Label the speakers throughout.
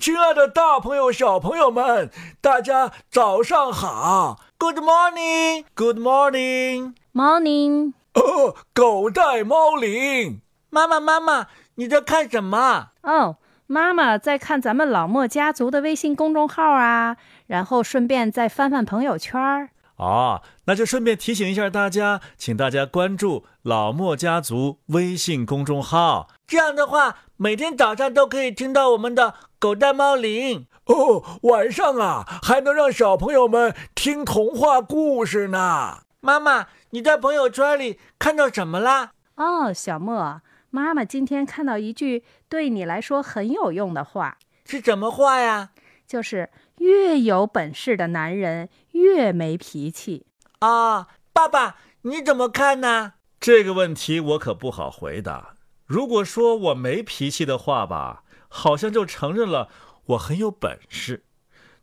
Speaker 1: 亲爱的，大朋友、小朋友们，大家早上好！Good morning，Good morning。
Speaker 2: Morning，
Speaker 1: 哦，狗带猫铃。妈妈，妈妈，你在看什么？
Speaker 2: 哦，妈妈在看咱们老莫家族的微信公众号啊，然后顺便再翻翻朋友圈儿。
Speaker 1: 哦，那就顺便提醒一下大家，请大家关注老莫家族微信公众号。这样的话，每天早上都可以听到我们的狗带猫铃哦。晚上啊，还能让小朋友们听童话故事呢。妈妈，你在朋友圈里看到什么啦？
Speaker 2: 哦，小莫，妈妈今天看到一句对你来说很有用的话，
Speaker 1: 是什么话呀？
Speaker 2: 就是越有本事的男人越没脾气。
Speaker 1: 啊、爸爸，你怎么看呢？这个问题我可不好回答。如果说我没脾气的话吧，好像就承认了我很有本事，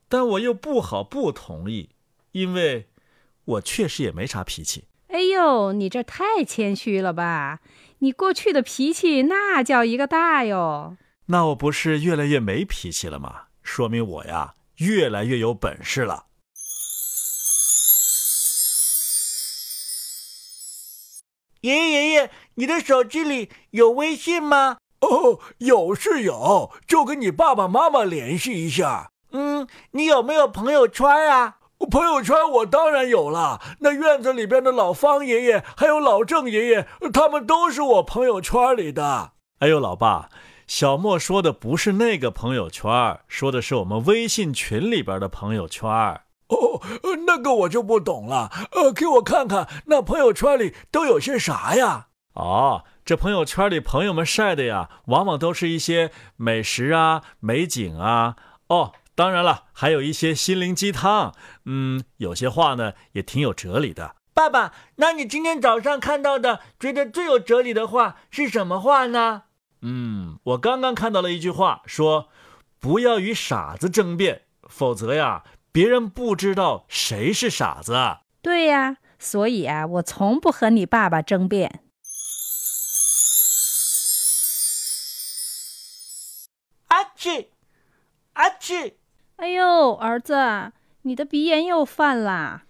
Speaker 1: 但我又不好不同意，因为我确实也没啥脾气。
Speaker 2: 哎呦，你这太谦虚了吧？你过去的脾气那叫一个大哟。
Speaker 1: 那我不是越来越没脾气了吗？说明我呀，越来越有本事了。爷爷爷爷，你的手机里有微信吗？哦，有是有，就跟你爸爸妈妈联系一下。嗯，你有没有朋友圈啊？朋友圈我当然有了，那院子里边的老方爷爷还有老郑爷爷，他们都是我朋友圈里的。哎呦，老爸，小莫说的不是那个朋友圈，说的是我们微信群里边的朋友圈。哦，呃那个我就不懂了。呃，给我看看那朋友圈里都有些啥呀？哦，这朋友圈里朋友们晒的呀，往往都是一些美食啊、美景啊。哦，当然了，还有一些心灵鸡汤。嗯，有些话呢也挺有哲理的。爸爸，那你今天早上看到的，觉得最有哲理的话是什么话呢？嗯，我刚刚看到了一句话，说不要与傻子争辩，否则呀，别人不知道谁是傻子。啊
Speaker 2: 对呀，所以啊，我从不和你爸爸争辩。
Speaker 1: 阿嚏，阿嚏！
Speaker 2: 哎呦，儿子，你的鼻炎又犯啦！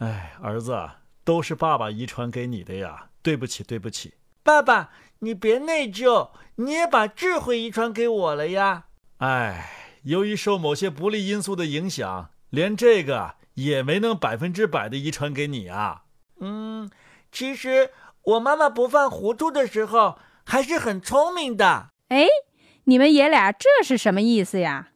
Speaker 1: 哎，儿子，都是爸爸遗传给你的呀，对不起，对不起。爸爸，你别内疚，你也把智慧遗传给我了呀。哎，由于受某些不利因素的影响，连这个也没能百分之百的遗传给你啊。嗯，其实我妈妈不犯糊涂的时候，还是很聪明的。
Speaker 2: 哎，你们爷俩这是什么意思呀？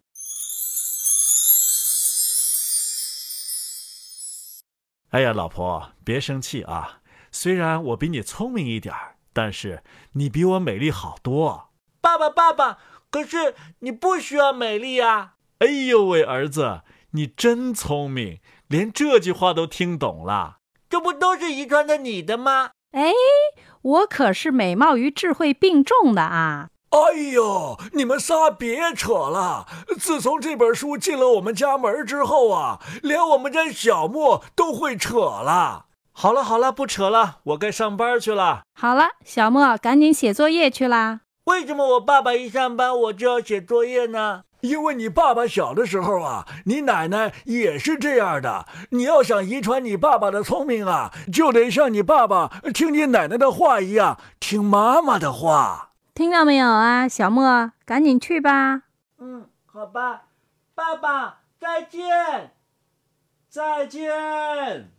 Speaker 1: 哎呀，老婆，别生气啊！虽然我比你聪明一点儿，但是你比我美丽好多。爸爸，爸爸，可是你不需要美丽啊！哎呦喂，儿子，你真聪明，连这句话都听懂了。这不都是遗传的你的吗？
Speaker 2: 哎，我可是美貌与智慧并重的啊！
Speaker 1: 哎呦，你们仨别扯了！自从这本书进了我们家门之后啊，连我们家小莫都会扯了。好了好了，不扯了，我该上班去了。
Speaker 2: 好了，小莫，赶紧写作业去啦！
Speaker 1: 为什么我爸爸一上班我就要写作业呢？因为你爸爸小的时候啊，你奶奶也是这样的。你要想遗传你爸爸的聪明啊，就得像你爸爸听你奶奶的话一样，听妈妈的话。
Speaker 2: 听到没有啊，小莫，赶紧去吧！
Speaker 1: 嗯，好吧，爸爸，再见，再见。